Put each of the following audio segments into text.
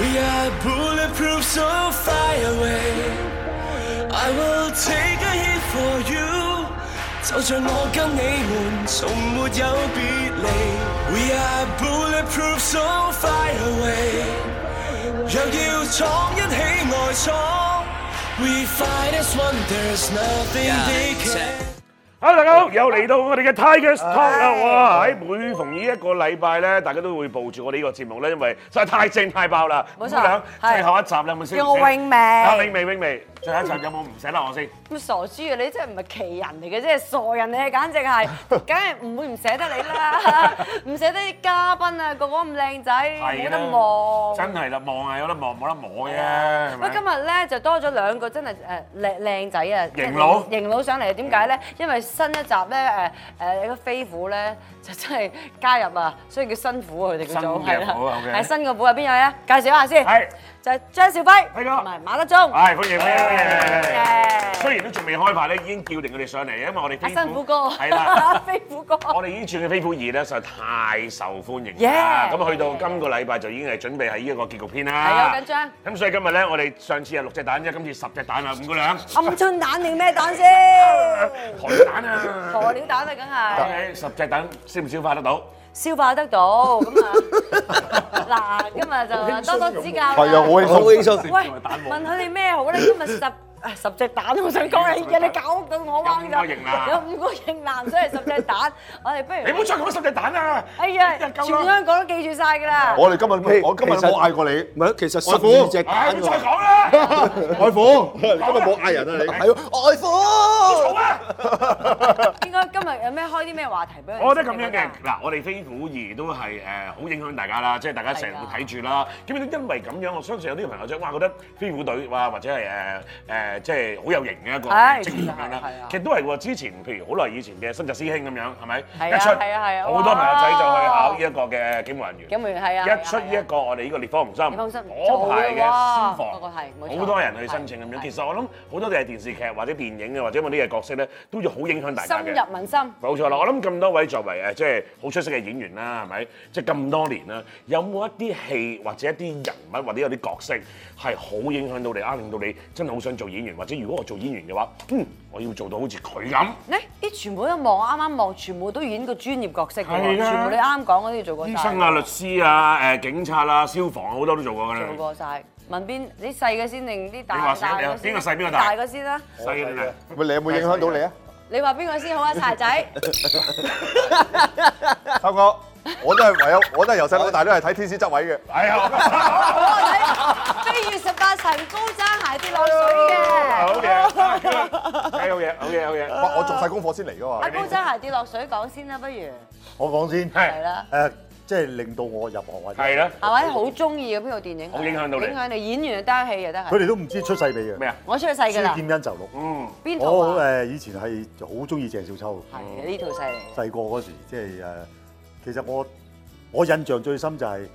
We are bulletproof, so fly away. I will take a hit for you。就像我跟你們從沒有別離。We are bulletproof, so fly away。若要闖一起外闖，We fight as one, there's nothing they can。 Hello，大家好，又嚟到我哋嘅 Tigers Talk 啦！哇，喺每逢呢一個禮拜咧，大家都會報住我哋呢個節目咧，因為實在太正太爆啦！冇錯咁樣係最後一集啦，有冇先？叫我永明啊，永明，永明，最後一集有冇唔捨得我先？咁傻豬啊！你真係唔係奇人嚟嘅，真係傻人嚟嘅，簡直 係，梗係唔會唔捨得你啦， 唔捨得啲嘉賓啊，個個咁靚仔，冇得望。真係啦，望係有得望，冇得摸嘅。係咪喂，今日咧就多咗兩個真係誒靚靚仔啊，型佬型佬上嚟，點解咧？因為新一集咧誒誒有個飛虎咧 就真係加入啊，所以叫新虎啊，佢哋叫做新嘅虎啊，OK 係新個虎係邊位啊？介紹一下先，係就係張兆輝，係㗎同埋馬德鐘，係歡迎歡迎歡迎！ Yeah 雖然都仲未開拍咧，已經叫定佢哋上嚟，因為我哋阿飛新虎哥，係 啦。，飛虎哥。 我哋呢轉嘅飛虎二咧，實在太受歡迎 Yeah 啦！咁去到今個禮拜就已經係準備喺呢一個結局篇啦。係啊好緊張。咁所以今日咧，我哋上次係六隻蛋啫，今次十隻蛋啊，五個 兩，鵪鶉蛋定咩蛋先？海蛋啊！鴕鳥蛋啊， OK，十隻蛋消唔消化得 到？梗係消化得到咁啊！嗱，今日就多多指教啦。係啊，好輕好鬆。輕鬆。喂，問佢哋咩好咧？今日十啊十隻蛋，我想講你人哋搞到我彎有五個型男有五個型男，所以十隻蛋。我哋不你唔好如，再講十隻蛋啊！哎呀，真係全夠啦香港都記住晒㗎啦。我哋今日其我今日其實冇嗌過你，唔係咯，其實十外父二隻唉，蛋唔好再喎。講 啦，外父，今日冇嗌人啊你。係喎，外父。好啊！應該今日有咩開啲咩話題俾佢？我覺得咁樣嘅嗱，我哋飛虎二都係誒好影響大家啦，即係大家成日會睇住啦。咁因為咁樣，我相信有啲朋友仔哇覺得飛虎隊哇或者係誒誒即係好有型嘅一個職業咁樣係其實係係啦啊。其實都係喎，之前譬如好耐以前嘅新澤師兄咁樣係咪？係啊一出係啊係啊好多朋友仔就去考呢一個嘅警務人員。警務員係啊係啊一出呢一個我哋呢個烈火雄心，烈火雄心嗰排嘅消做嘅喎嗰個係冇防，錯好多人去申請咁係樣。其實我諗好多嘅電視劇或者電影嘅或者某啲嘅角色咧，都要好影響大家嘅。深入民心。冇錯啦，我諗咁多位作為誒即係好出色嘅演員啦，係咪？即係咁多年啦，有冇一啲戲或者一啲人物或者有啲角色係好影響到你啊，令到你真係好想做演員，或者如果我做演員嘅話，嗯，我要做到好似佢咁。咧，啲全部一望啱啱望，全部都演個專業角色嘅喎，係啊全部你啱啱講嗰啲做過晒，醫生啊、律師啊、誒、警察啊、消防啊好多都做過㗎啦。做過晒。問邊啲細嘅先定啲你大話先大你話嘅先？邊個細邊個大嘅先啦。細嘅你啊喂，你有冇影響到你啊？你話邊個先好啊，柴仔？ 三哥，我都係唯有，我都係由細到大都係睇天使執位嘅。哎呀，我睇飛越十八層高踭鞋跌落水嘅。好嘢，哎好嘢，好嘢，好嘢。哇我做晒功課先嚟噶嘛阿。高踭鞋跌落水講先啦，不如我講先，係啦。誒，即係令到我入行或者係啦，係咪好中意嘅邊套電影？啊好影響到你影響你演員又得戲又得佢係。哋都唔知出世未嘅。咩啊？我出去細㗎啦朱，劍恩就錄，嗯，邊套我啊？誒以前係好中意鄭少秋係嘅，呢套細嚟嘅。細個嗰時即係誒，其實我我印象最深就係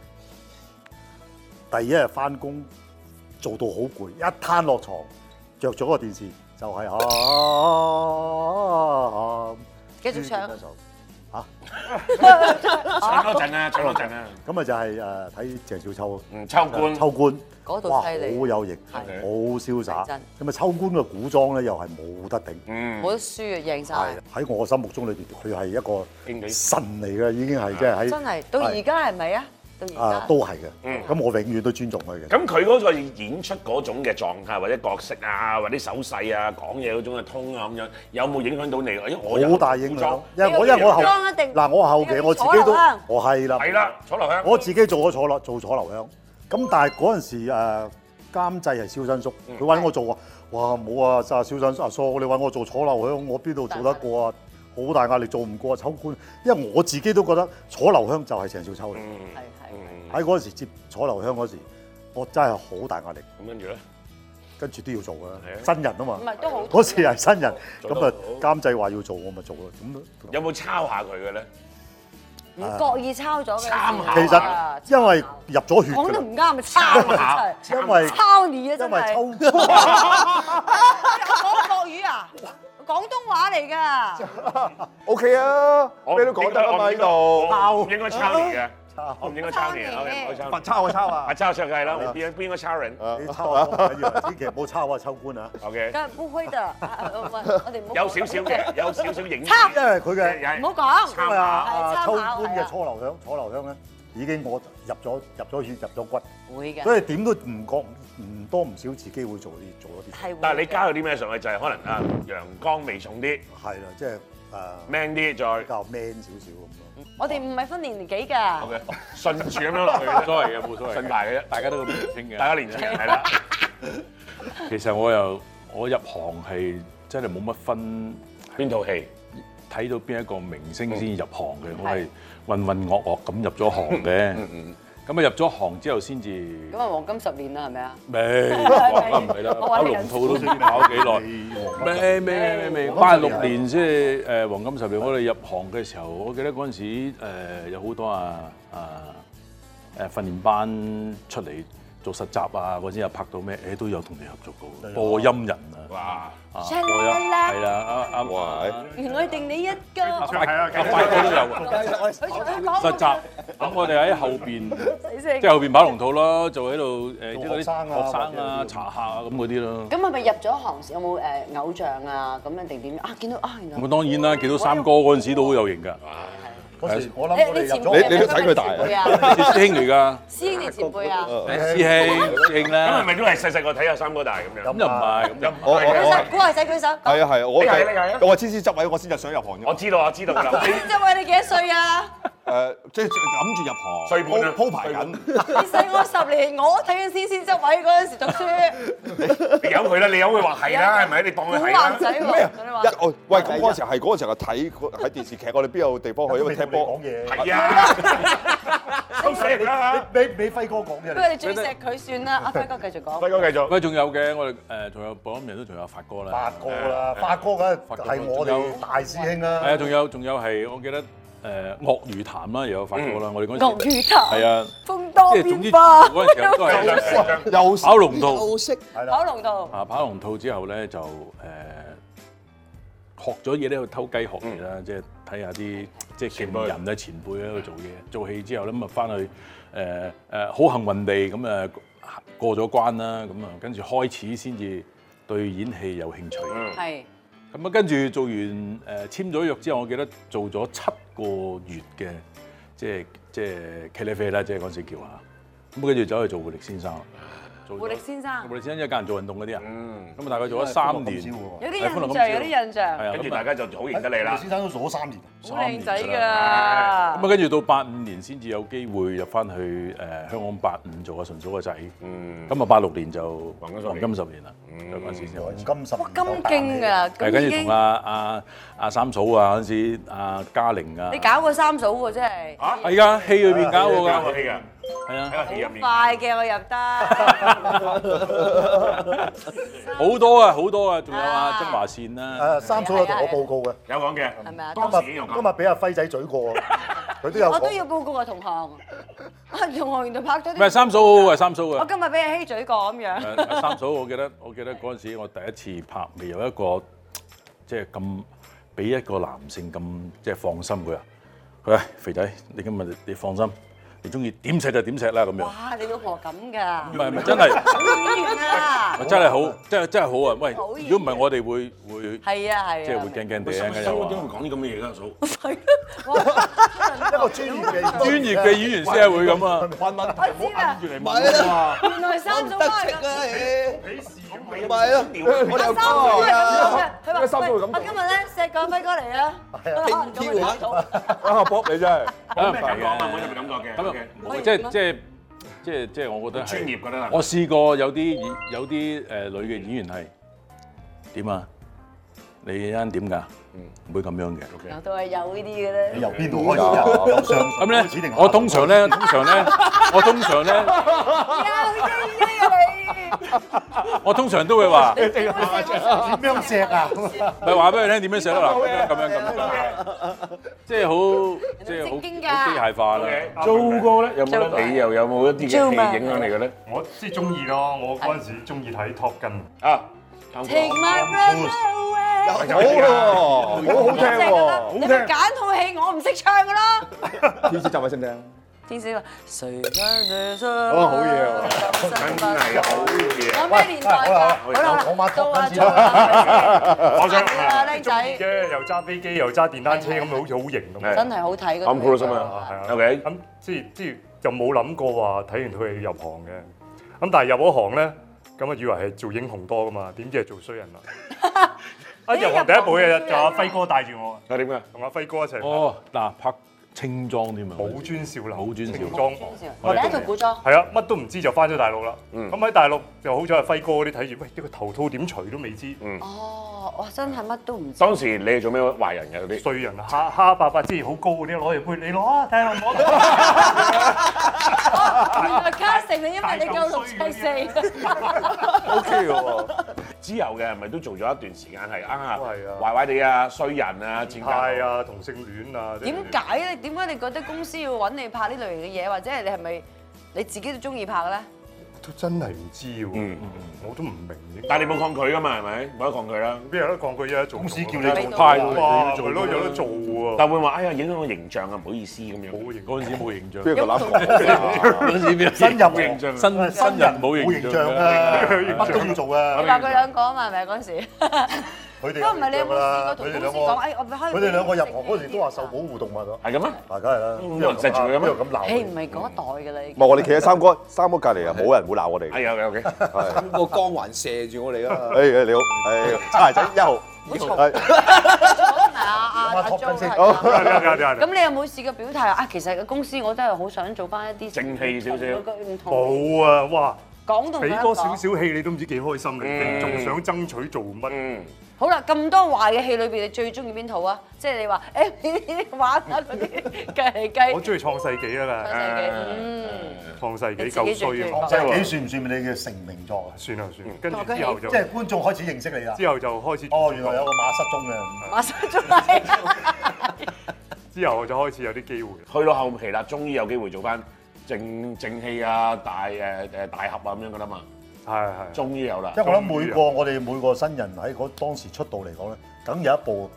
第一日翻工做到好攰，一攤落床，着咗個電視就係啊，繼續唱朱劍恩就嚇，唱多陣啊，唱多陣啊。咁啊就係誒睇鄭少秋。嗯，秋官。秋官嗰度哇犀利好有型，好係瀟係灑。真咁啊，秋官嘅古裝咧又係冇得頂。嗯冇得輸啊，贏晒。係喺我心目中裏邊，佢係一經個典神嚟嘅，已經係即係喺真係到而家係咪啊？到係而啊家都係嘅嗯。咁我永遠都尊重佢嘅。咁佢嗰個演出嗰種嘅狀態，或者角色啊，或者手勢啊、講嘢嗰種嘅通啊咁樣，有冇影響到你？因為我有好大古影響裝，因為我你個因為我後古裝一啊定嗱我後期我自己你個楚留都香我係啦，係啦，楚留香，我自己做咗楚留做楚留香。咁但係嗰陣時誒監製係蕭新叔，嗯佢揾我做啊，哇冇啊，阿蕭新叔阿叔，你揾我做楚留香，我邊度做得過啊？嗯好大壓力做唔過啊，秋官，因為我自己都覺得楚留香就係鄭少秋嚟。嗯係係喺嗰陣時接楚留香嗰時，我真係好大壓力。咁跟住咧，跟住都要做係啊嘅，新人啊嘛唔。係都好嗰時係新人，做咁得啊監製話要做，我咪做咯。咁有冇抄下佢嘅咧？唔覺意抄咗嘅。參考其啊實因為入咗血講得㗎啦，唔啱咪抄啊！真係因為抄你啊！真因係 為秋官講國語啊，廣東話嚟㗎。 O K 啊，咩都講得啦嘛呢度。我唔應該抄你嘅，抄，我唔應該抄你啊，OK，唔該抄罰你。抄啊抄啊啊，！抄上係啦，邊邊個抄人你抄我唔緊要，千祈唔好抄啊秋官啊， ？OK，梗係不灰的，啊我 我哋唔好講有少少嘅，有少少影子。抄因為佢嘅。唔好講因抄為啊下。啊係參考秋官係啊嘅初流香，初流香咧已經我入咗入咗血入咗骨，會嘅，所以點都唔覺唔多唔少自己會做啲做一啲嘢，係會嘅。但係你加咗啲咩上去就係可能啊陽光味重啲係啦，即係誒，man 啲比再較 man 少少咁咯。我哋唔係分年紀㗎， ，OK，順住咁樣落去，冇所謂嘅，冇所謂。順大嘅啫，大家都咁年青嘅。大家年輕人係啦，其實我又我入行係真係冇乜分邊套戲？睇到邊一個明星先入行嘅，我係混混噩噩咁入咗行嘅。咁啊入咗行之後先至咁啊黃金十年啦，係咪啊？未，唔係啦，我跑話你龍套都唔知跑幾耐。未未未未，八六年即係誒黃金十年，我哋入行嘅時候，我記得嗰陣時誒有好多啊啊誒訓練班出嚟做實習啊，嗰陣時又拍到咩誒都有同你合作過，播音人啊，哇！啊播音係啦，啊啊哇原來定你一個，阿佢快阿快哥都有啊。佢講實習，咁我哋喺後邊，死聲即係後邊跑龍套咯，就喺度誒，即係嗰學生啊啲學生或啊、者茶客啊咁嗰啲咯。咁係咪入咗行時有冇誒偶像啊咁樣定點啊？見到啊原來咁啊當然啦，見到三哥嗰陣時都好有型㗎，嗰時我啊諗我哋入咗你你都睇佢大啊啊？ 係師兄嚟㗎，師兄定前輩啊？師兄師兄咁係啦，咪都係細細個睇下三哥大咁樣？咁又唔係，咁又啊哦唔我我舉手，我古惑仔舉手。係啊係啊，我你係你係啊係我係黐黐執位，我先就想入行我啫。知道，我知道 啦。你即係喂你幾多歲啊？誒，呃即係諗住入行，歲半啊鋪鋪排緊。你細我十年，我睇緊先先執位嗰陣時讀 書，啊你由佢啦，你由佢話係啦，係咪？你當古佢係啦惑。仔咩喎， 你啊話？一我喂咁嗰陣時係嗰陣時係睇喺電視劇，我哋邊有地方去？因為踢波講。嘢， 係啊，收死人啦！你你輝哥講不嘢如，你最錫佢算 啦，阿輝哥繼續講。輝哥繼續。喂仲有嘅，我哋誒仲有保安人都仲有發哥發啦，哥啦，發哥梗係係我哋大師兄啦。係啊，仲有仲有係我記得誒鱷魚潭啦，又有發哥啦，我哋嗰落陣時雨頭，係啊，風多即係總之變化。嗰陣時候都係又跑龍套。跑龍道，啊，跑龍套之後咧就誒、呃學咗嘢咧，去偷雞學嘢啦，即係睇下啲即係勁人嗯啊咧前輩喺度做嘢，做戲之後咧咁啊翻去誒誒好幸運地咁誒啊過咗關啦，咁啊跟住開始先至對演戲有興趣。係咁啊，跟住做完誒、呃、簽咗約之後，我記得做咗七個月嘅，即係即係茄喱啡啦，即係嗰陣時叫啊。咁跟住走去做活力先生啦。做咗活力先生活力先生一間做運動嗰啲啊。咁啊，大概做咗三年。有啲係歡印樂今象，有宵啲印象，係啊，跟住咁大啊家就好認得你啦。先生都做咗三年，好靚仔三年咁啊，㗎。跟住到八五年先至有機會入翻去誒、呃香港八五做阿純嫂個仔。嗯，咁啊，八六年就黃金十年黃金十年啦。就嗰陣時先開始黃。金十哇，咁勁！㗎，係咁跟已住同經阿阿阿三嫂啊嗰陣時，阿嘉玲啊你，搞過三嫂喎，真係。啊係噶戲裏邊搞我交㗎我。哋嘅係喺啊，個戲入面。快嘅我入得，好多啊，好多啊，仲有啊啊，曾華善啦，誒三嫂有同我報告嘅，有講嘅，係咪啊當時已經今日有今講。日俾阿輝仔嘴過，佢都有我都講。要報告啊同行。啊同行原來拍咗啲。唔係三嫂好好啊，三嫂我啊。今日俾人欺嘴過咁樣。誒呃三嫂，我記得我記得嗰陣時，我第一次拍未有一個即係咁俾一個男性咁即係放心佢啊。佢話：肥仔，你今日你放心，你中意點錫就點錫啦咁樣。哇！你老婆咁唔㗎，係唔係，真係演員啊，真係好，真係真係好啊！喂，好嘢如果唔係我哋會會係啊係啊，即係會驚驚地三啊！哥又點話會講啲咁嘅嘢㗎，嫂？一個專業啊嘅專業嘅演員先係會咁啊！我知啦，嚟問啊！原來三嫂都係咁。唔係啊，我三嫂係咁講嘅，佢話：三嫂咁。我今日咧錫個輝哥嚟啊，咁啊講到啊卜你真係。啊，唔咩感係覺啊？我就嘅。咪感覺嘅。咁啊 OK，冇即係即係即係即係，我覺得係專業㗎啦我試過有啲演有啲誒女嘅演員係點啊？你啱點㗎？唔會咁樣嘅。有都係有呢啲嘅咧。由邊度開始？由上咁開始咧定，我通常咧，通常咧，我通常咧，有啲嘅你。我通常都會話，點樣錫啊？咪話俾佢聽點樣寫啦， 嗱，咁樣咁樣咁樣，即係好即係好正經㗎好機械化啦。租哥咧有冇咧你又有冇一啲嘅戲影響你嘅咧？我即係中意咯，我嗰陣時中意睇 Top Gun，啊， Take my breath away。好咯，好好聽正㗎啦喎。你咪揀套戲我唔識唱㗎咯。天使集位識唔識？天使話誰跟你相哇好嘢啊信真不係好嘢。我咩年代㗎？好啦，講翻到啊， Top Gun 做 啦，我想啊，僆中意仔啫，又揸飛機又揸電單車咁，好似好型係咁。真係好睇嗰 Tom 套 Cruise 啊嘛啊，係啊。 OK 咁即係即係就冇諗過話睇完佢入行嘅。咁但係入咗行咧，咁啊以為係做英雄多噶嘛，點知係做衰人啦。啊！入行第一部嘅就阿輝哥帶住我，啊係點㗎？同阿輝哥一齊拍哦，嗱拍清裝添啊，武專少林，武專少林正裝古裝，第一套古裝，係啊，乜都唔知就翻咗大陸啦。嗯咁喺大陸就好彩阿輝哥嗰啲睇住，喂呢個頭套點除都未知，嗯哦，我真係乜都唔知。當時你係做咩壞人嘅嗰啲？衰人啊蝦蝦伯伯之前好高嗰啲攞住杯，你攞啊，睇下有冇得。原來 casting 係因為你啊 夠六尺四， O K 嘅喎，之後嘅係咪都做咗一段時間係啊都係啊壞壞地啊衰人啊賤格派啊啊，同性戀啊，即係點解咧？點解你覺得公司要揾你拍呢類型嘅嘢，或者係你係咪你自己都中意拍嘅咧？都真係唔知喎嗯，我都唔明。但係你冇抗拒㗎嘛係咪？冇得抗拒啦。邊有得講句啫？做公司叫你做派到你哇，嚟，係咯，有得做喎。 但會話哎呀影響我形象啊，唔好意思咁樣。冇型嗰陣時冇形象，邊個攬嗰 陣時邊有新入行形象，新新人冇形象啊嘅。啊嘅，乜都要做嘅。 你話佢兩個啊嘛，係咪嗰陣時？佢不哋過唔係你有冇試過佢同哋公兩司講？個，誒，我可以佢哋兩個入行嗰時都話受保護動物啊，係咁咩？嗱，梗係啦，有人錫住佢嘅咩邊度咁鬧？誒，唔係嗰一代㗎啦，已唔係經。我哋企喺三哥三哥隔離啊，冇人會鬧我哋哎嘅。呀 OK OK。係，個光環射住我哋啦。誒誒你好，哎誒差仔一號，哎係同埋阿阿阿 Jo 係好㗎咁咁你有冇試過表態啊？其實個公司我都係好想做翻一啲正氣少少唔同冇啊！哇，講到俾多少少氣你都唔知幾開心嘅，嗯你仲想爭取做乜？嗯，好啦，咁多壞嘅戲裏邊，你最中意邊套啊？即係你話誒呢啲玩啊嗰 啲雞嚟我雞，中意創世紀啊創啦，世紀，嗯，創世紀你自己夠最衰中意啊！即係幾算唔算你嘅成名作啊？算啦算啦，跟住之後就即係觀眾開始認識你啦。之後就開始哦，原來有個馬失蹤嘅，馬上出 嚟。之後就開始有啲機會啦。去到後期啦，終於有機會做翻正正氣啊、大誒誒大俠啊咁樣㗎啦嘛，係係。終於有啦因。為我諗每個我哋每個新人喺嗰當時出道嚟講咧，梗有一部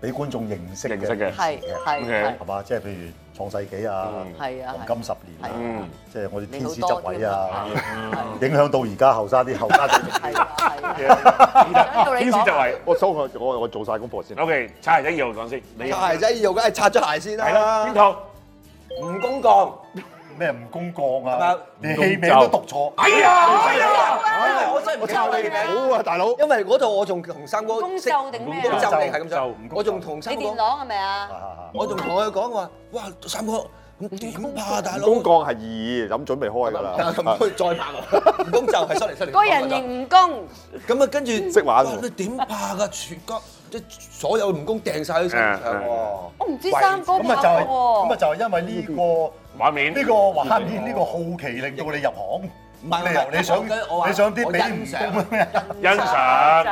俾觀眾認識認識嘅嘅，係係係係嘛？即係譬如創世紀啊，係啊黃金十年啊，嗯，即係我哋你天好使執多位添啊啊，，影響到而家後生啲 後生仔。係啊係啊，到你天使就講。係我收我我我做晒功課先。 OK，差人一號講先，你擦鞋仔要梗係擦咗鞋先係啦，啦邊。套？吳公幹，咩唔公幹係啊咪？連戲名都讀錯，哎呀，因為我真係唔抄你嘅名。好啊，大佬，因為嗰度我仲同三哥公識秀定咩啊公秀定係咁就上唔公，我仲同三你哥電，腦係咪啊？我仲同佢講我話：，哇，三哥咁點拍啊，大佬？公幹係二咁準備開㗎啦。咁 佢再拍 啊！吳公就係 sorry sorry。個人形蜈蚣，咁啊，跟住識玩喎哇你點拍噶？全國即係所有蜈蚣掟晒喺身上嗯嗯喎。我唔知三哥拍咁啊就係嘅咁啊喎。就係因為呢個畫面呢個畫面呢個好奇令到你入行。唔係唔你係由你想我我話你想啲我俾唔欣賞公咩？ 欣賞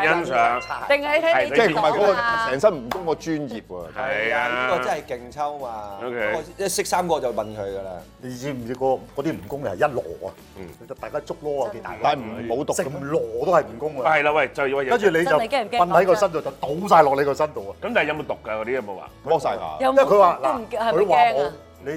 欣賞，定係你睇你係即係唔係嗰個電腦啊成身唔公個專業喎。係啊！呢個啊真。係勁抽嘛。 OK 我一識三個就問佢噶啦。你知唔知個嗰啲蜈蚣係一籮啊？大家捉籮啊，幾大？但係唔冇讀成籮都係蜈蚣啊！係啦，喂，就要跟住你真就係驚唔驚瞓喺個身度，就倒晒落你個身度啊！咁但係有冇毒㗎嗰啲有冇啊話？剝晒牙。有因為冇佢話都唔嗱，係咪佢話驚我啊？你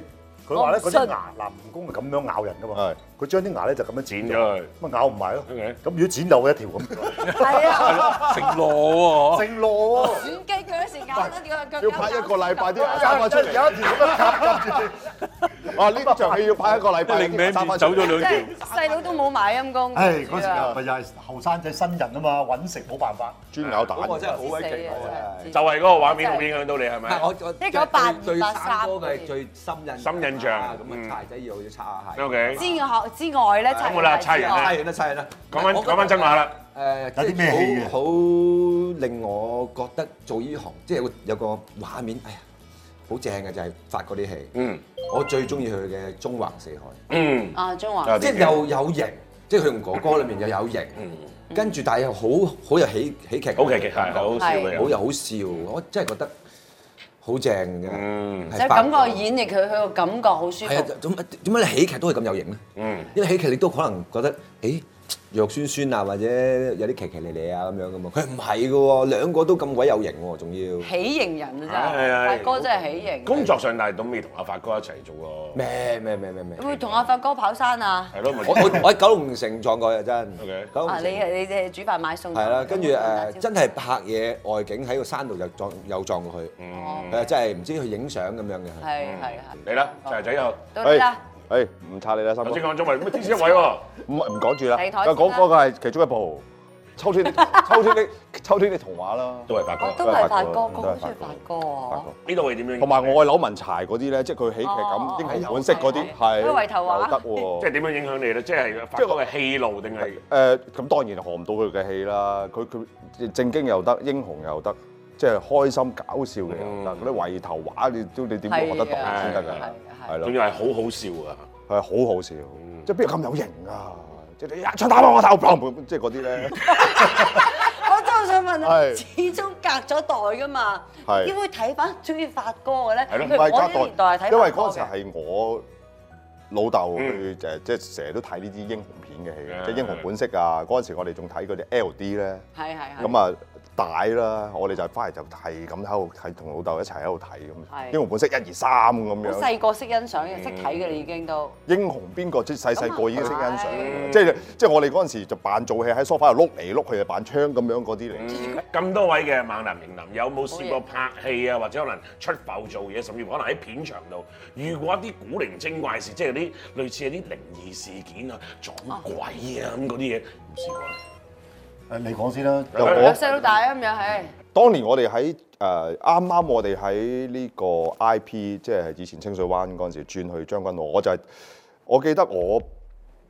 佢話咧我唔嗰信啲牙嗱蜈蚣係咁樣咬人噶嘛係，佢將啲牙咧就咁樣剪咗剪咗，佢，咁啊咬唔埋咯。 OK 咁如果剪漏一條 咁，係啊，成羅喎，正路喎。剪雞佢嗰時咬得腳腳。要拍一個禮拜啲牙生翻生翻出出嚟嚟。有一條咁樣夾夾住。啊，呢場戲要拍一個禮拜，令名生面返走出咗嚟。兩即係條，細佬都冇買陰公。唉，嗰時啊，咪又係後生仔新人啊嘛，揾食冇辦法。專咬蛋。嗰個真係好鬼死勁啊啊！真就係嗰個畫面好影響到你係真係咪我我即係1982最83三哥嘅係最深印深印象啊咁嗯啊，擦鞋仔要要擦下鞋。 ？OK，之外之外咧，冇啦差係人啊，啦擦完啦，擦完啦。講返我覺得講返真話啦。誒，有啲咩戲嘅好好令我覺得做呢行，即係有個有個畫面，哎呀，好正嘅就係發嗰啲戲。嗯我最中意佢嘅《中橫四海》。嗯，啊，中華即係又有型，即係佢同哥哥裏面又有型，跟住但係又好好有喜喜劇，好劇劇係好笑嘅，好又好笑，我真係覺得好正嘅，嗯係就八感個覺演繹佢，佢個感覺好舒係啊服。，點點解你喜劇都係咁有型咧？嗯因為喜劇你都可能覺得，誒弱酸酸啊，或者有啲奇奇離離啊咁樣噶嘛。佢唔係噶喎，兩個都咁鬼有型喎，仲要喜型人啊真係係係，發哥真係喜型。工作上但係都未同阿發哥一齊做過，咩咩咩咩咩有。冇同阿發哥跑山啊？係咯，咪我我我喺九龍城撞過嘅真 OK 九龍啊，你城。你你煮飯買餸。係啦，跟住誒真係哦拍嘢外景喺個山度又撞又撞過去，誒真係唔知佢影相咁樣嘅。係係係。你啦，仔仔又到你啦，誒哎唔差你啦，三哥頭。先講咗咪咩天使一位喎，唔唔講住啦，啊你台先啦嗰嗰個係其中一部《秋天的秋天的秋天的童話》啦。都係發我哥。都係發哥，都哥好係發哥中意發哥啊。呢度係點樣？同埋我係扭文柴嗰啲咧，即係佢喜劇哦哦咁英雄本色嗰啲係係佢圍頭啊話有得 即係喎。點樣影響你咧？即係發哥嘅戲路定係誒咁當然學唔到佢嘅戲啦，佢佢正經又得，英雄又得，即係開心搞笑嘅又得，嗰啲圍頭話你都你點會學得到先得嗯係啊㗎？係仲咯，要係好好笑啊！係好好笑，即係邊有咁有型啊！即係你一槍打落我頭，砰即係嗰啲咧。我真係想問啊，係始終隔咗代噶嘛，係點會睇翻中意發哥嘅咧？係咯譬唔如係我家呢個年代係代，睇因為為嗰陣時係係我老豆去誒，即係成日都睇呢啲英雄片嘅戲，即係英雄本色啊。嗰陣時我哋仲睇嗰啲 L D 咧，係係咁啊帶啦，我哋就翻嚟就係咁喺度睇，同老豆一齊喺度睇咁。係英雄本色一二三咁好樣，細個識欣賞嘅，識睇嘅啦已經都。英雄邊個即係細細個已經識欣賞㗎嗯啦，即係即係我哋嗰陣時就扮做戲喺 sofa 度碌嚟碌去，就扮槍咁樣嗰啲嚟。咁多位嘅猛男型男，有冇試過拍戲啊，或者可能出埠做嘢，甚至乎可能喺片場度遇過一啲古靈精怪事，即係啲類似係啲靈異事件啊、撞鬼啊咁嗰啲嘢，唔試過啊。誒你講先啦，又有我細佬大咁樣係，當年我哋喺誒啱啱我哋喺呢個 I.P. 即係以前清水灣嗰陣時轉去將軍澳，我就係、我記得我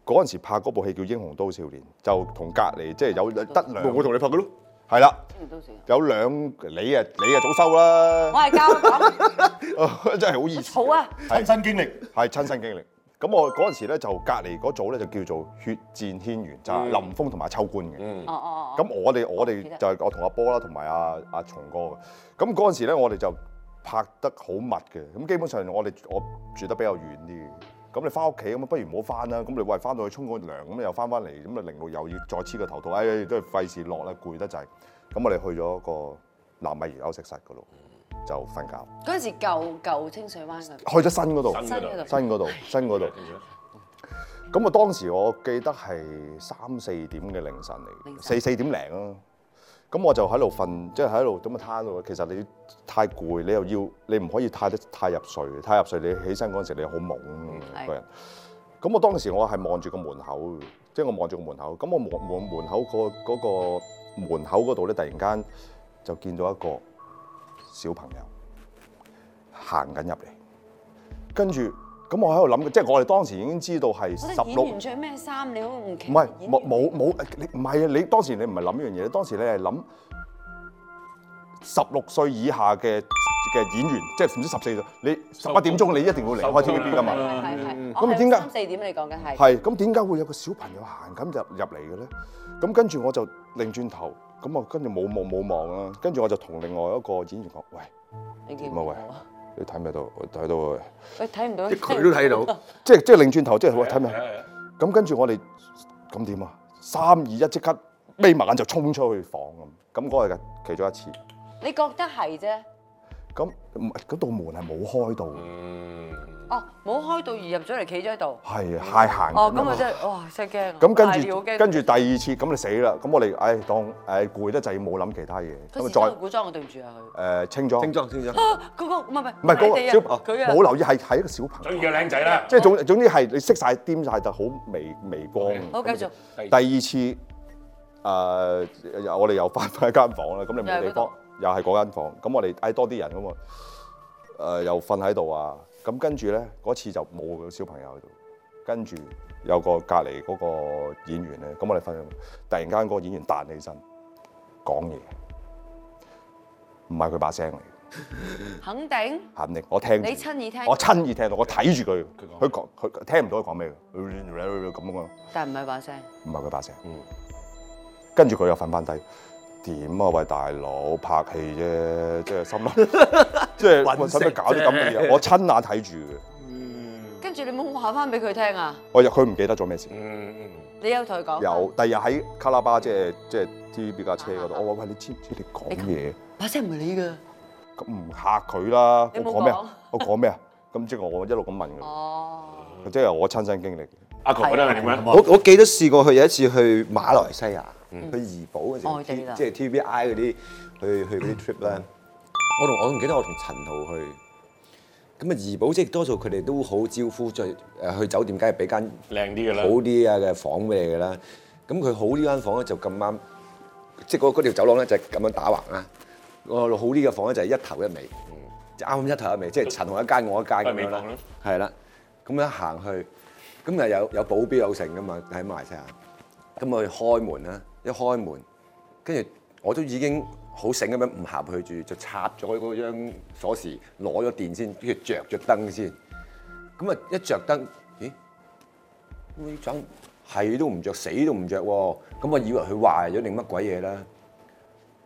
嗰陣時拍嗰部戲叫《英雄都少年》，就同隔離即係有得兩，我同你拍嘅咯，係啦，到時有兩你啊你啊早收啦我，係交 咁 真係好意思，好啊，親身經歷係親身經歷。咁我嗰陣時咧就隔離嗰組咧就叫做血戰軒轅，就係林峰同埋秋官嘅。哦哦哦，咁我哋我記哋得就係我同阿波啦，同埋阿阿松哥嘅。咁嗰陣時咧，我哋就拍得好密嘅。咁基本上我哋我住得比較遠啲嘅。咁你翻屋企咁，啊不如唔好翻啦。咁你喂翻到去沖個涼，咁又翻翻嚟，咁啊零六又要再黐個頭套，唉、都係費事落啦，攰得滯。咁我哋去咗個南米魚休息室嗰度就瞓覺，嗰陣時舊舊清水灣嗰邊去咗新嗰度， 新嗰度，新嗰度，新嗰度。咁啊，當時我記得係三四點嘅凌晨凌嚟，晨四四點零咯。咁我就喺度瞓，即係喺度咁啊攤度。其實你太攰，你又要你唔可以太得太入睡，太入睡你起身嗰陣時你好懵啊係個人。咁我當時我係望住個門口嘅，即係我望住個門口。咁我望望門口嗰嗰個門口嗰度咧，突然間就見到一個小朋友行緊入嚟，跟住咁我喺度諗，即係我哋當時已經知道係我十哋演六員。着咩衫你好唔奇？唔係冇冇冇，你唔係啊！你當時你唔係諗呢樣嘢，你當時你係諗十六歲以下嘅嘅演員，即係唔知十四歲，你十一點鐘你一定要離開 TVB 㗎嘛？係係係，咁咁點點解解三四點你講緊係？係，咁點解會有個小朋友行緊入入嚟嘅咧？咁跟住我就擰轉頭，咁我跟住冇冇冇望啦，跟住我就同另外一個演員講：喂，你見點啊唔喂到啊？，你睇唔睇到？我睇到啊！喂，睇唔到，佢都睇到，即係即係擰轉頭，即係啊喂睇咩？咁跟住我哋咁點啊？三二一即刻眯埋眼就衝出去房咁。咁嗰日嘅其中一次。你覺得係啫。咁唔係嗰道門係冇開到嗯嘅，哦，冇開到而入咗嚟，企咗喺度。係係行緊哦，咁啊啊真係，哇，真係驚啊！咁大料好跟驚住跟住第二次咁你死啦！咁我哋唉當唉攰得滯冇諗其他嘢，佢時咁裝啊古裝啊，對唔住啊佢。再誒清咗，清裝清裝。嗰個唔係唔係嗰你哋個啊小佢啊哦冇留意係係一個小朋友，中意嘅靚仔啦，即係總總之係你熄晒掂晒就好微微光。好繼續第二次誒、呃我哋又翻返間房啦，咁你冇地方，又係嗰間房，咁我哋嗌多啲人咁啊，誒、又瞓喺度啊，咁跟住咧嗰次就冇個小朋友喺度，跟住有個隔離嗰個演員咧，咁我哋瞓喺度，突然間嗰個演員彈起身講嘢，唔係佢把聲嚟，肯定肯定我聽住你親耳聽我親耳聽到，我睇住佢，佢講佢聽唔到佢講咩嘅，咁啊樣。但唔係把聲。唔係佢把聲。跟住佢又瞓翻低。點啊喂，大佬拍戲啫，即係心諗，即係搵使唔使食搞啲咁嘅嘢？我親眼睇住嘅，跟跟住你冇話翻俾佢聽啊？我又佢唔記得咗咩事。嗯嗯，你有同佢講？有，第二日喺卡拉巴即係即係 TVB 架車嗰度，我話喂你知唔知你講嘢把聲唔係你㗎。咁唔嚇佢啦？你我冇講咩講啊？我講咩啊？咁即係我一路咁問佢，哦，即係我親身經歷。阿強覺得係點樣？我我記得試過去有一次去馬來西亞，去怡保嗰外陣地時啦，即係 TVI 嗰啲去去嗰啲 trip 咧。我同我仲記得我同陳豪去，咁啊怡保即係多數佢哋都好招呼，最誒去酒店梗係俾間靚啲㗎好啦，啲啊嘅房俾你㗎啦。咁佢好呢間房咧就咁啱，即係嗰嗰條走廊咧就係咁樣打橫啦。我好啲嘅房咧就係一頭一尾，嗯就啱啱一頭一尾，即係陳豪一間我一間咁樣係啦美房啦，係啦。咁樣行去，咁又有有保鏢有剩㗎嘛喺馬來西亞。咁我去開門啦，一開門，跟住我都已經好醒咁樣唔合去住，就插咗嗰張鎖匙，攞咗電先，跟住着咗燈先。咁啊一着燈，咦？呢盞係都唔着，死都唔着喎。咁我以為佢壞咗定乜鬼嘢啦。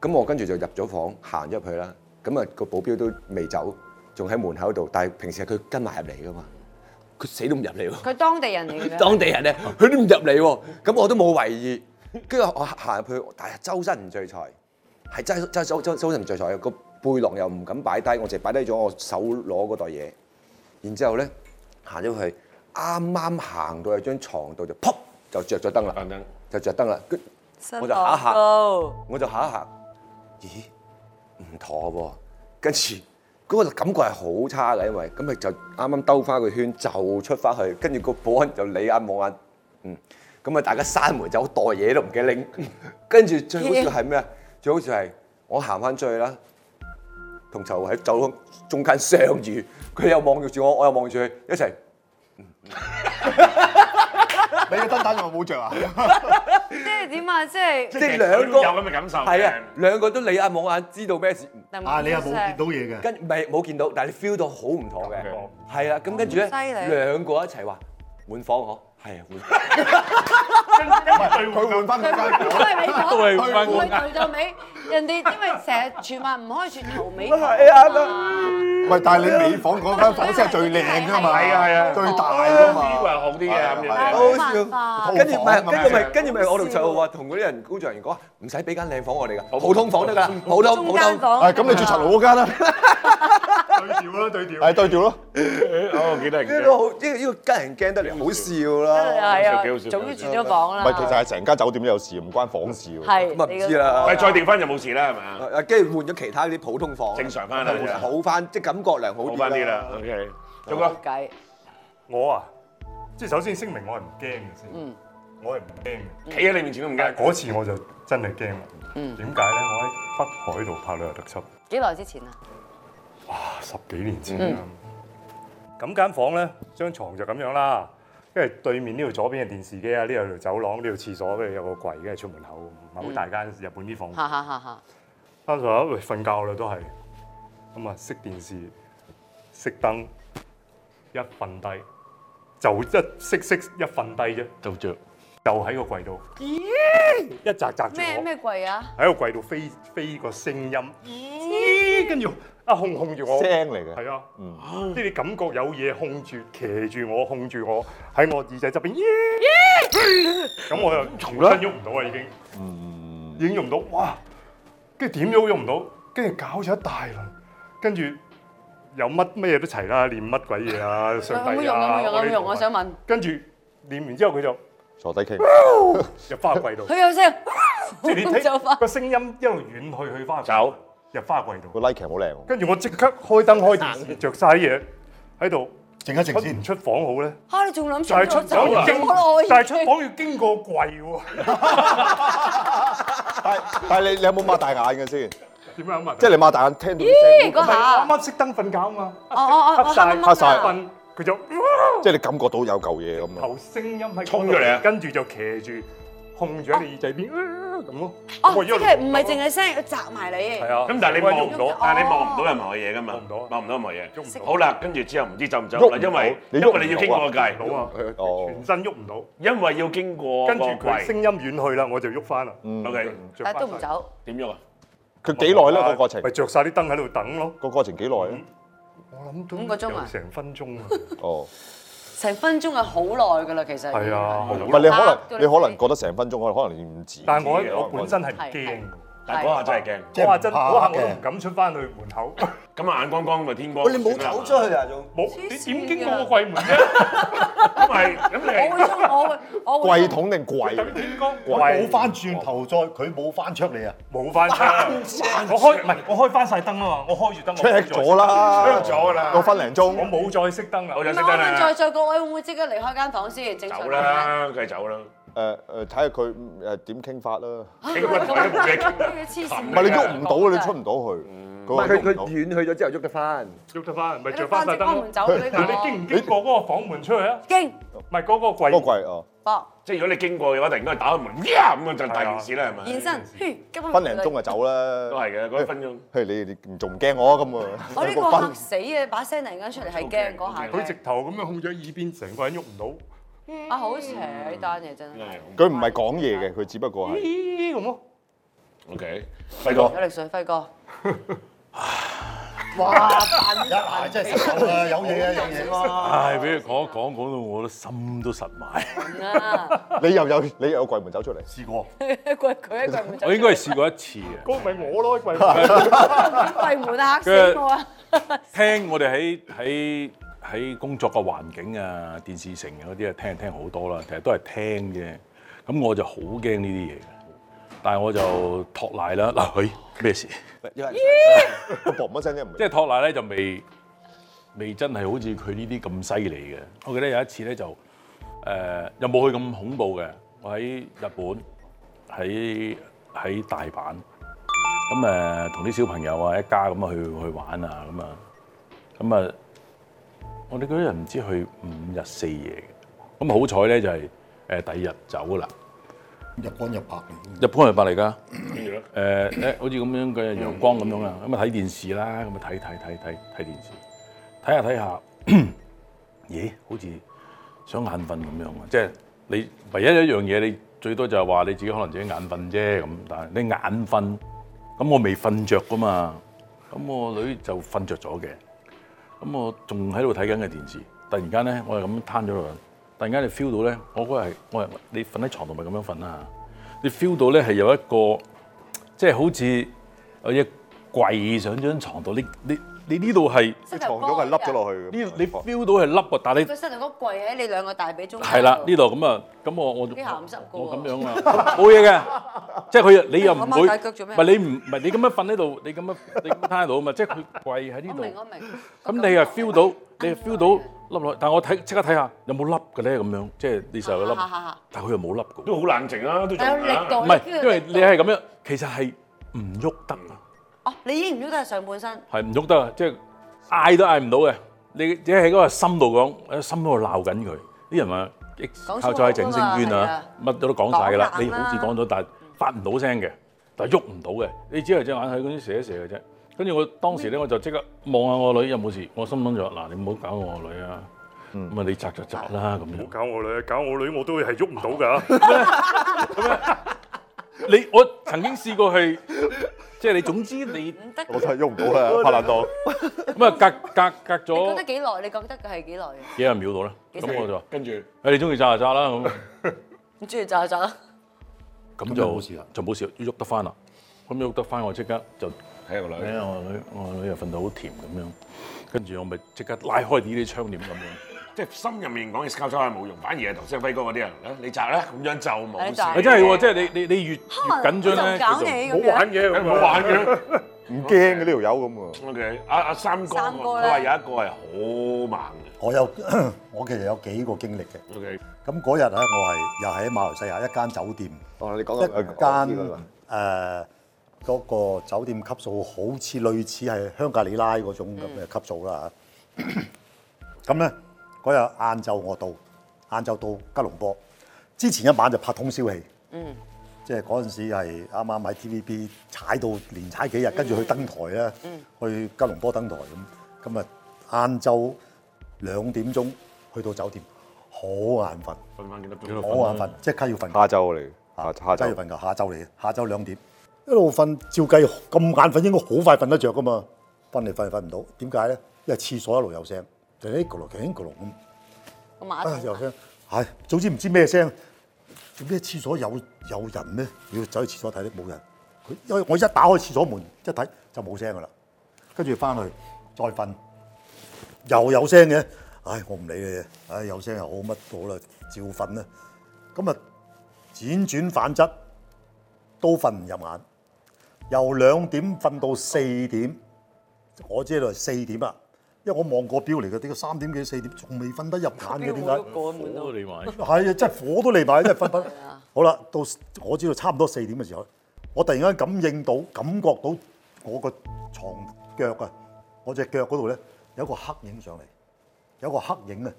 咁我跟住就入咗房，行咗入去啦。咁啊個保鏢都未走，仲喺門口度。但係平時係佢跟埋入嚟噶嘛，佢死都唔入嚟喎。佢當地人嚟㗎。當地人咧，佢都唔入嚟喎。咁我都冇懷疑。跟住我行入去，但係周身唔聚財，係真真周周周身唔聚財。個背囊又唔敢擺低，我淨係擺低咗我手攞嗰袋嘢。然之後咧，行咗去，啱啱行到有張床度就噗就着咗燈啦，等等。就着燈啦。跟新我就下一下廣告我就下一下，咦唔妥喎，跟住嗰個感覺係好差嘅，因為咁咪就啱啱兜翻個圈就出翻去，跟住個保安就你眼望眼，嗯，咁啊大家閂門走，袋嘢都唔記得 拎，跟住最好笑係咩啊？最好笑係我行翻出去啦，同囚喺走廊中間相遇，佢又望住我，我又望住佢，一齊。你嘅燈膽有冇着 啊？即係點啊？即係即係兩 個有咁嘅感受係啊，兩個都你眼望眼，知道咩事。啊，你又冇見到嘢嘅，跟唔係冇見到，但係你 feel 到好唔妥嘅，係啦。咁跟住咧，犀利兩個一齊話換房我，係啊換。佢換翻佢間房。都係佢翻佢工佢到尾，人哋因為成日全晚唔開住頭尾，係啊，喂，但係你美房嗰間房先係最靚㗎嘛，係啊係啊最大㗎呢個係嘛。好啲嘅咁係樣啊冇辦係。好好法笑。 跟住唔係，房跟住咁咪樣跟住咪我同陳浩話同嗰啲人工作人員講，唔使俾間靚房我哋㗎，普通房得㗎啦，普通中普間通。房。係咁，你住陳豪嗰間啦，對調啦，對調。係對調咯。哦，幾得意跟住好，呢個呢個家人驚得嚟，好笑啦。係啊幾好笑，總之住咗房唔啦。係，其實係成間酒店都有事，唔關房事喎。係咁啊唔知。啦。喂，再調翻就冇事啦，係咪啊？誒跟住換咗其他啲普通房，正常返啦好好翻，即係感覺良好好啲翻啲啦。OK，你做個冇哥，計，我啊，即係首先聲明我係唔驚嘅先，我係唔驚嘅。企喺你面前都唔但係驚。嗰次我就真係驚啦。點解咧？我喺北海度拍旅遊特輯，幾耐之前啊？啊十幾年前啦。咁間房咧，張床就咁樣啦。因為對面呢度左邊係電視機啊，呢度有條走廊，呢度廁所，跟住有個櫃，跟住出門口，唔係好大間日本啲房。哈哈哈哈！翻上啊喂瞓覺啦都係，咁啊熄電視，熄燈，一瞓低就一熄熄一瞓低啫，就着。就喺個櫃度，一擲擲住咩我咩櫃啊？喺個櫃度飛飛個聲音，咦跟住啊控控住我，聲嚟嘅，係啊，嗯即係你感覺有嘢控住騎住我控住我喺我耳仔側邊，咦咁我又重身喐唔到啊已經。嗯，已經用唔到，哇！跟住點都用唔到，跟住搞咗一大輪，跟住有乜乜嘢都齊啦，練乜鬼 嘢啊，有上冇帝用啊，啊？有冇用啊？有冇用啊？我 à? 想問。跟住練完之後佢就坐低傾。入翻個櫃 度，佢有聲，即 係你走睇翻個聲音一路遠去去翻走，入翻個櫃度，個 like 好靚 喎，跟住我即刻開燈開電視，着晒啲嘢喺度，靜一出靜唔先，出房好咧？嚇你仲諗但係出啊走房要經，但係出我房要經過櫃喎，但係但係你你有冇擘大眼嘅先？點樣問？即係你擘大眼聽到啲聲，嗰唔係我下，啱啱熄燈瞓覺啊嘛，哦哦哦，黑晒黑晒瞓，佢就。即係你感覺到有嚿嘢咁啊！頭聲音喺衝咗嚟啊跟住就騎住控住喺你耳仔邊啊咁咯。哦，我即一路係唔係淨係聲，擲埋你。係啊？咁但係你我一望唔喐到，但係你望唔到任何嘢噶嘛？望唔到啊望唔到任何喐唔嘢。到好啦，跟住之後唔知走唔走喐唔啦，到因為你因喐唔為你要經過個唔到界，啊，哦，全身喐唔到，因為要經過跟個住佢聲櫃。音遠去啦，我就喐翻啦。 OK，着但返係都唔走，點喐啊？佢幾耐咧個過程咪？着晒啲燈喺度等咯。啊個過程幾耐咧？我諗都五個鐘啊有成分鐘啊！哦，成分鐘係好耐㗎啦，其實。係啊，唔係你可好能你可能覺得成分鐘，可能唔止。但係可能我我本身係係驚，但係嗰下真係即係嗰唔下真怕嗰下我都嘅唔敢出翻去門 口，驚，咁啊眼光光咪天光。喂，你冇走出去啊？仲冇黐點線點經㗎過個櫃門啫？咁係咁你我係會衝，我會，我會 櫃衝。桶定櫃？點講我櫃冇翻轉頭再，佢冇翻出嚟啊！冇翻窗，我開唔係我開翻晒燈啊嘛，我開住燈我 check 咗，啦傷咗㗎啦個分零我鐘。冇再熄燈啦，我我就就識唔得係我問在啦，座各位會唔會即刻離開間房先？正常走。 啦，梗係走啦，誒誒，睇下佢誒點傾法啦。嗯傾乜鬼都冇嘢傾。黐唔線。唔係你喐喐唔到啊你出唔到去。佢話佢喐佢唔到。遠去咗之後喐得翻，喐得翻，咪你着關翻晒隻燈關咯門。走呢個。嗱， 你經唔經過嗰個房門出去啊？經唔係嗰個櫃個櫃哦，博即係如果你經過嘅話，突然間打開門，呀咁啊就大件事啦，係咪？現身，嘘，根本分零鐘啊就走啦。都係嘅，嗰一分鐘。嘿，你你仲唔驚我啊咁啊？我呢 有個分嚇死啊！把聲突然間出嚟係驚嗰下佢直嘅，頭咁樣控咗耳邊，成個人喐唔到，啊好邪呢單嘢真係。佢唔係講嘢嘅，佢只不過係咦咁咯。 O K，輝哥有力水輝哥，一係真係食啦，有嘢啊，有嘢啊！唉，俾佢講一講，講到我都心都實埋。啊，你又有你又有櫃門走出嚟，試過佢佢一個唔走我應該係試過一次啊嘅。嗰個咪我咯，櫃門。閉門啊，嚇死我啊！聽我哋喺喺喺工作嘅環境啊、電視城啊嗰啲啊，聽聽好多啦，其實都係聽嘅。咁我就好驚呢啲嘢嘅，但係我就托賴啦。嗱，佢咩事？我嘣一聲啫，唔即係托賴咧就未未真係好似佢呢啲咁犀利嘅。我記得有一次咧就誒、呃又冇佢咁恐怖嘅，我喺日本喺喺大阪咁誒同啲小朋友啊一家咁啊去去玩啊咁啊咁啊，我哋嗰啲人唔知去五日四夜嘅，咁好彩咧就係、誒第二日走啦。日光日白嚟，日本人白嚟㗎，誒誒，好似咁樣嘅陽光咁樣啊，咁啊睇電視啦，咁啊睇睇睇睇睇電視，睇下睇下， 咦，好似想眼瞓咁樣啊！即係你唯一一樣嘢，你最多就係話你自己可能自己眼瞓啫咁，但係你眼瞓，咁我未瞓着㗎嘛，咁我女就瞓着咗嘅，咁我仲喺度睇緊嘅電視，突然間咧，我係咁攤咗落去，突然間你 feel 到咧，我嗰日係我係你瞓喺床度咪咁樣瞓啦你 feel 到咧係有一個即係好似有隻櫃上張床度，你你你呢度係膝床褥係凹咗落去嘅。呢你 feel 到係凹啊，但係你佢膝頭哥跪喺你兩個大髀中間。係啦呢度咁啊，咁我我幾鹹濕㗎喎我咁樣啊， 冇嘢嘅，即係佢又你又唔我會，擘大腳做咩唔係你唔唔係你咁樣瞓喺度，你咁樣你咁樣攤喺度啊嘛，即係佢跪喺呢我度。明我明。咁你係 feel 到，你係 feel 到粒落，但係我睇即刻睇下有冇粒嘅咧，咁樣即係你就有粒哈哈哈哈，但係佢又冇粒嘅，都好冷靜啊，都仲有力度唔係因為你係咁樣，其實係唔喐得啊，哦，你已經唔喐得係上半身，係唔喐得啊，即係嗌都嗌唔到嘅，你只係嗰個心度講，喺心度鬧緊佢，啲人話講靠粗就係口整㗎聲嘛冤係啊啊，乜都講晒㗎啦，講你硬啦好似講咗，但係發唔到聲嘅，但係喐唔到嘅，你只係隻眼喺嗰啲射一射嘅啫。跟住我當時咧，我就即刻望下我女有冇事，我心諗就嗱，你唔好搞我女啊，咁啊你扎就扎啦咁唔好樣。搞我女，搞我女我都係喐唔 到㗎。你我曾經試過係， 即係你總之你唔得。我真係喐唔到啦，拍爛檔。咁啊隔隔隔你覺咗得幾耐？你覺得係幾耐嘅？幾廿秒到啦，幾十咁我就話：跟住誒你中意扎就扎啦咁。唔中意就係就啦。咁就就冇事啦就冇事，要喐得翻啦。咁喐得翻，我即刻就睇個睇下我女，我女又瞓到好甜咁樣，跟住我咪即刻拉開呢啲窗簾咁樣。即係心入面講嘅交叉係冇用，反而係頭先輝哥嗰啲人咧，你擲啦，咁樣就冇你擲事。係真係喎，即係你你你越越緊張我咧，就搞你咁佢好樣。玩嘅，唔好玩嘅。唔驚嘅呢條友咁啊！ O K，阿阿三哥，三哥佢咧話有一個係好猛嘅。我有 我其實有幾個經歷嘅。 O K，咁嗰日咧，我係又係喺馬來西亞一間酒店，哦，你講一間誒嗰個酒店級數好似類似係香格里拉嗰種咁嘅級數啦嚇。咁咧嗰日晏晝我到，晏晝到吉隆坡，之前一晚就拍通宵戲。即係嗰陣時係啱啱喺 TVB 踩到連踩幾日，跟住去登台咧，去吉隆坡登台咁。咁啊，晏晝兩點鐘去到酒店，好眼瞓，瞓翻幾多度鐘？好眼瞓，即刻要瞓覺。下晝嚟，啊下下真係晝要瞓覺，下晝嚟嘅，下晝兩點一路瞓，照計咁眼瞓應該好快瞓得着噶嘛，哎瞓嚟瞓去瞓唔到，點解咧？因為廁所一路有聲，就呢咕嚕咕嚕咕嚕咁，個馬啊桶。又聲，係，總之唔知咩聲。做咩廁所有有人咧？你要走去廁所睇咧，冇人。佢因為我一打開廁所門一睇就冇聲噶啦，跟住翻去再瞓，又有聲嘅。唉，我唔理你嘅，唉有聲又好乜都好啦，照瞓啦。咁啊，輾轉反側都瞓唔入眼，由兩點瞓到四點，我知道係四點啦，因為我望過表嚟嘅，點解三點幾四點仲未瞓得入眼嘅？點哎解？我嚟埋。係啊，真係火都嚟埋，真係分分。好啦，到我知道差唔多四點嘅時候，我突然間感應到、感覺到我個床腳啊，我只腳嗰度咧有一個黑影上嚟，有一個黑影啊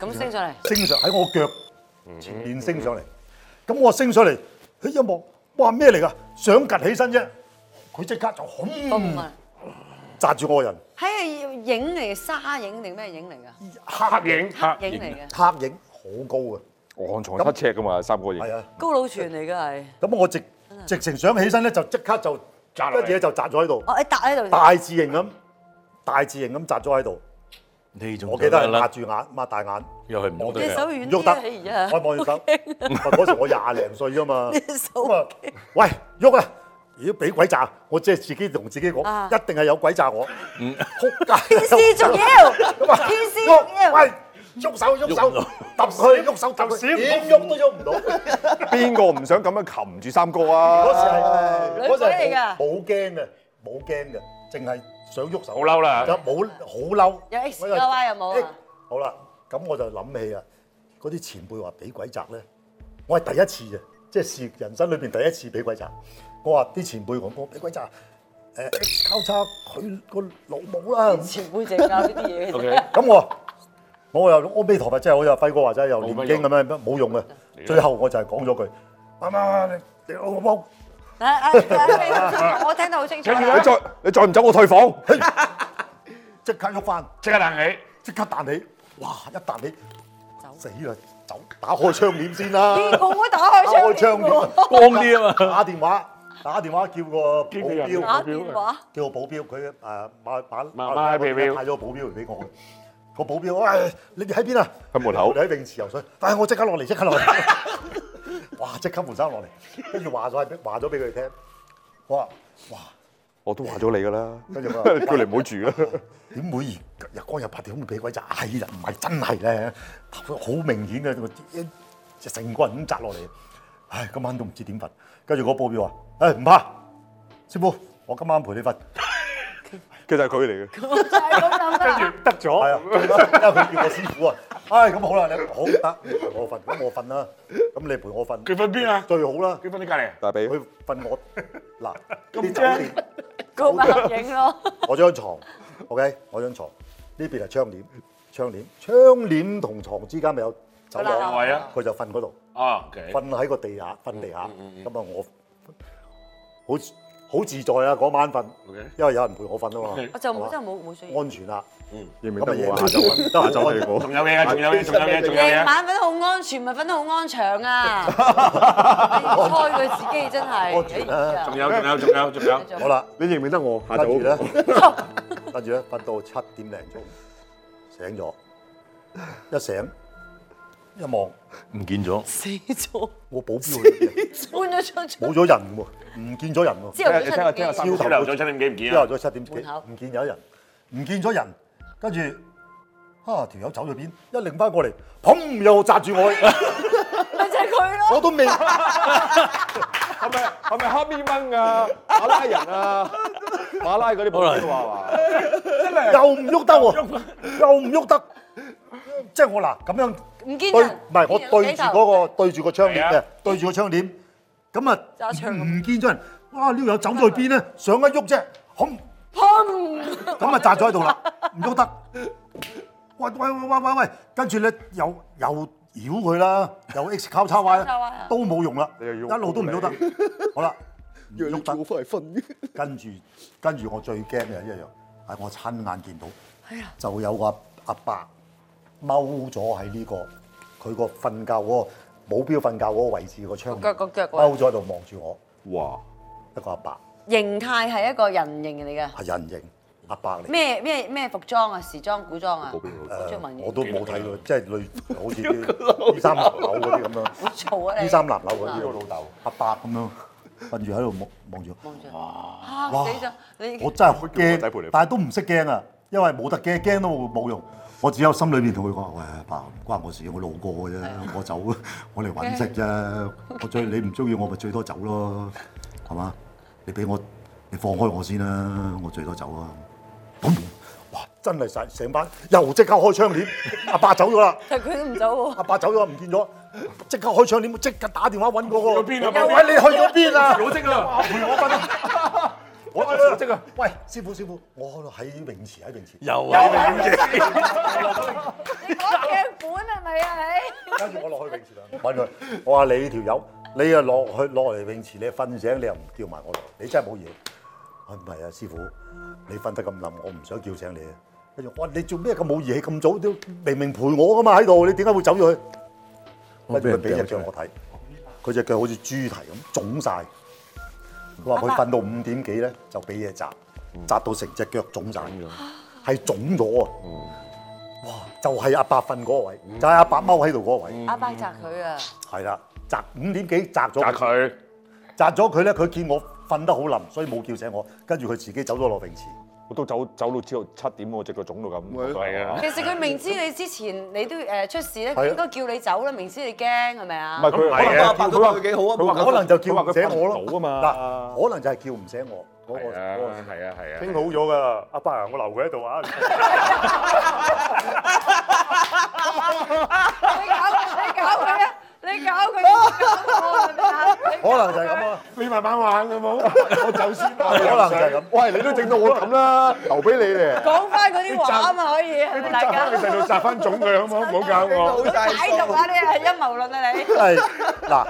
咁升上嚟，升上喺我腳前面升上嚟。咁我升上嚟，佢一望，哇咩嚟㗎？想趌起身啫，佢即刻就崩轟啊！擲住我個人，係影嚟嘅，沙影定咩影嚟㗎？黑影黑影嚟嘅，黑影好高嘅，昂藏七尺噶嘛，三個型。係啊。高佬泉嚟嘅係。咁我直直情想起身咧，就即刻就擲落一嚟嘢就擲咗喺度。哦，你搭喺度先。大字型咁，大字型咁擲咗喺度。你仲我記得係擘住眼，擘大眼，又係唔我好記得對隻手嘅。遠唔啲啊，哎喐呀得，我望住手。嗰時我廿零歲啫嘛，隻手咁啊，喂，喐啦！如果俾鬼炸，我即係自己同自己講，啊一定係有鬼炸我，撲街！天師仲要，天師仲要。喂，喐手喐手，揼 佢喐手揼佢，點喐都喐唔到。邊個唔想咁樣擒住三哥啊？嗰時係女嗰時鬼嚟係㗎冇冇驚嘅，冇驚嘅，淨係想喐手。好嬲啦就冇好嬲。有 X 我就有 Y 有冇啊？好啦，咁我就諗起啊，嗰啲前輩話俾鬼砸咧，我係第一次嘅，即係事業人生裏邊第一次俾鬼砸。我話啲前輩講，我俾鬼砸，誒、X 交叉佢個老母啦。前輩淨係教呢啲嘢嘅啫。咁我我又阿彌陀佛，即係好似阿輝哥話齋，又念經咁樣，冇用嘅。最後我就係講咗句：媽媽，你你老母。啊啊啊我聽得好清楚啦。你再你再唔走，我退 房。即刻喐翻，即刻彈起，即刻彈起，哇！一彈起走死啦，走，打開窗簾先啦，邊個會打開打開窗窗簾簾喎？光啲啊嘛。打電話，打電話叫個保機器人鏢，打電話，叫個保鏢，佢誒買買買買保鏢派咗個保鏢嚟俾我。個保鏢，喂，你哋喺邊啊？喺門口你喺泳池游水，但係我即刻落嚟，即刻落嚟。 哇！即刻換衫落嚟，跟住話咗話咗俾佢哋聽，我話哇，我都話咗你噶啦，跟住我話 叫你唔好住 啦。點會而日光日白點會俾鬼砸？係啦，唔係真係咧，頭好明顯啊！一一成個人咁砸落嚟，唉，今晚都唔知點瞓。跟住嗰個保鏢話：，唉，唔怕，師傅，我今晚陪你瞓。其實係佢嚟嘅，就係咁諗啦。得咗係。啊，因為佢叫我師傅啊。唉，咁好啦，你好得，你陪我瞓，咁我瞓啦。咁你陪我瞓，佢瞓邊啊？最好啦。佢瞓你隔離啊。大髀佢瞓我嗱，啲酒店高咪合影咯，我張床 o k 我張床呢邊係窗簾，窗簾，窗簾同床之間咪有走好啊啦廊好啦，佢就瞓嗰度，啊，OK，瞓喺個地下，瞓地下，咁啊我好好自在啊嗰晚瞓 OK 因為有人陪我瞓啊我嘛，就冇真係冇冇需要。安全啦，認唔咁認啊得夜我晚啊？就 瞓，得閒就走你瞓。我仲。有嘢，仲有嘢，仲有嘢，仲有夜嘢。晚瞓得好安全，咪瞓得好安詳啊！猜佢自己真安全啦係。仲有，仲有，仲有， 仲有。好啦，你認唔認得我？下跟住咧晝， 跟住咧瞓到七點零鐘醒咗，一醒一望唔見咗，死咗，我保鏢去邊啊搬咗出出冇咗人喎，唔見咗人喎。之後你聽下聽下出三現哥朝頭早七點幾唔見朝啊？頭早七點幾門口唔見有人，唔見咗人，跟住啊條友走咗邊，一擰翻過嚟，砰又擲住我，咪就係佢咯。我都未係咪係咪黑咪蚊啊？馬拉人啊？馬拉嗰啲保鏢啊？又唔喐得喎，又唔喐得，即係我嗱咁樣唔見對，人，唔係我對住嗰個對住個窗簾係嘅啊，對住個窗簾，咁啊揸槍咁唔見咗人，哇呢個友走咗去邊咧？想一喐啫，砰！砰，咁啊擲咗喺度啦，唔喐得。喂喂喂喂喂喂，跟住咧又又繞佢啦，又 X 交叉 Y 交叉 Y 啊都冇用啦，你又要一路都唔喐得你。好啦，唔要喐得，翻嚟瞓。跟住跟住我最驚嘅一樣係我親眼見到，啊就有個阿阿伯踎咗喺呢個佢個瞓覺嗰個保鏢瞓覺嗰個位置個窗腳個腳位踎咗喺度望住我，哇！一個阿伯形態係一個人形嚟嘅，係人形，阿伯嚟，咩咩咩服裝啊，時裝、古裝啊，好中意問我都冇睇過，即係類好似啲衣衫襤褸嗰啲咁樣，好嘈啊你！衣衫襤褸嗰啲我老豆阿伯咁樣瞓住喺度望望住我，望住嚇死咗你！我真係好仔陪驚你，但係都唔識驚啊，因為冇得驚，驚都冇用。我只有心裏面同佢講：喂，阿爸，唔關我事，我路過嘅啫，我走， 我嚟揾食啫。我最你唔中意我，咪最多走咯，係嘛？你俾我，你放開我先啦，我最多走啊。咁哇，真係成成班又即刻開窗簾，阿爸走咗啦，但係佢都唔走阿爸走咗唔見咗，即刻開窗簾，即刻打電話揾嗰、個。去咗邊啊喂，你去咗邊啊？組織啊！陪我瞓啊！ 我我即刻喂，師傅師傅，我喺泳池喺泳池，又啊！喎，你講劇本係咪啊你？跟住我落去泳池度揾佢，我話你條友，你啊落去落嚟泳池，你瞓醒你又唔叫埋我落嚟，你真係冇嘢。我話唔係啊，師傅，你瞓得咁冧，我唔想叫醒你啊。跟住我話你做咩咁冇嘢咁早都明明陪我噶嘛喺度，你點解會走咗去？跟住佢俾只腳我睇，佢只腳好似豬蹄咁腫晒。佢話佢瞓到五點幾咧就俾嘢扎，扎到成隻腳腫晒，係腫咗啊！哇，就係阿伯瞓嗰個位，就係阿伯踎喺度嗰個位，阿伯責佢啊，係啦，扎五點幾扎咗打佢，佢，扎咗佢咧，佢見我瞓得好冧，所以冇叫醒我，跟住佢自己走咗落泳池。我都走走到之後七點，我只腳腫到咁。係啊。其實佢明知你之前你都誒出事咧，係啊佢應該叫你走啦，明知你驚係咪啊唔？係佢咁唔係嘅可能佢啊話佢話佢可能就叫佢話唔佢醒瞓我咯，到啊嘛。嗱，可能就係叫唔醒我嗰個係啊嗰個，係啊，係啊傾好咗㗎啦，阿伯啊，我留佢喺度啊。你搞你搞佢啊！你搞佢，你搞我係咪啊？可能就係咁啊，你慢慢玩好冇？我走先啦。可能就係咁。喂，你都整到我咁啦，留俾你咧。講翻嗰啲話啊嘛，可以係咪大扎翻家佢？細路，扎翻腫佢好冇？唔好搞我。解讀啊！你係陰謀論啊你。係嗱。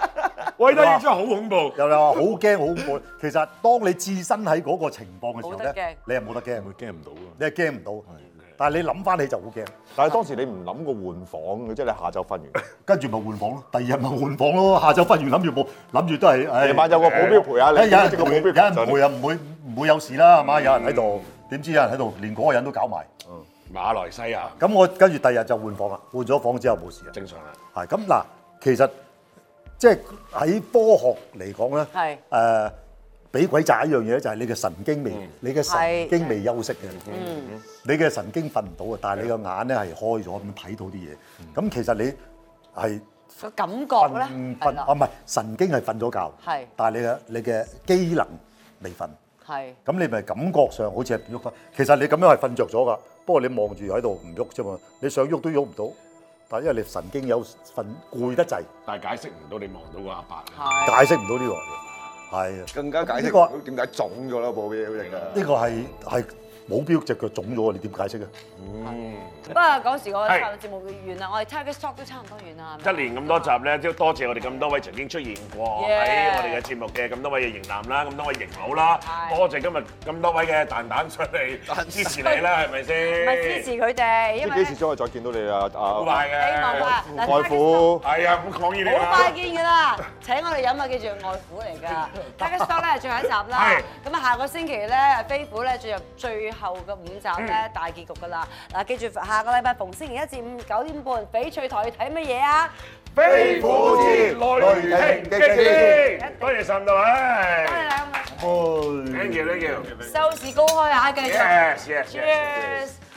喂，得真係好恐怖。又又話好驚好恐怖。其實當你置身喺嗰個情況嘅時候冇得驚咧，你係冇得驚會嘅，驚唔到啊！你係驚唔到。但係你諗翻起就好驚，但係當時你唔諗過換房嘅，即係你下晝瞓完，跟住咪換房咯。第二日咪換房咯。下晝瞓完諗住冇，諗住都 係唉夜晚有個保鏢陪下哎你，有人即係個保陪，有人鏢陪陪陣。啊，唔會唔會有事啦，係嘛？有人喺度，點知有人喺度，連嗰個人都搞埋。馬來西亞咁我跟住第二日就換房啦，換咗房之後冇事啦。啊正常啦。係咁嗱，其實即係喺科學嚟講咧，係誒俾鬼扎一樣嘢咧，就係你嘅神經未，你嘅神經未休息嘅，你嘅神經瞓唔到啊，但係你個眼咧係開咗咁睇到啲嘢。咁其實你係個感覺咧瞓，瞓啊，唔係神經係瞓咗覺，係但係你嘅你嘅機能未瞓。係咁你咪感覺上好似係唔喐得，其實你咁樣係瞓着咗㗎。不過你望住喺度唔喐啫嘛，你想喐都喐唔到，但係因為你神經有瞓攰得滯，但係解釋唔到你望到個阿伯。係。解釋唔到呢個，係啊，更加解釋呢唔個到點解腫咗啦，保鏢嚟㗎。呢個係係冇標只腳腫咗，你點解釋啊？不過嗰時我哋係差唔多節目完啦，我哋 Tiger Talk 都差唔多完啦。係咪啊一年咁多集咧，都多謝我哋咁多位曾經出現過 Yeah 喺我哋嘅節目嘅咁多位型男啦，咁多位型佬啦，係多謝今日咁多位嘅蛋蛋上嚟支持你啦，係咪唔先？係支持佢哋，因即係為幾咧時希將我再見到你啊？好啊，快嘅，望啊，嗱外 Tiger 父。係啊，唔講呢啲 Talk 好快啦。見㗎啦！請我哋飲啊，記住外父嚟㗎。Tiger Talk 咧係最後一集啦係，咁啊下個星期咧飛虎咧進入最後嘅五集咧大結局㗎啦。嗱，記住下個禮拜逢星期一至五九點半翡翠台要睇乜嘢啊？飛虎之雷霆擊天，多謝晒各位多謝兩位，thank you，thank you，yes，yes，yes。收視高開啊，繼續。 yes, yes, yes. Cheers！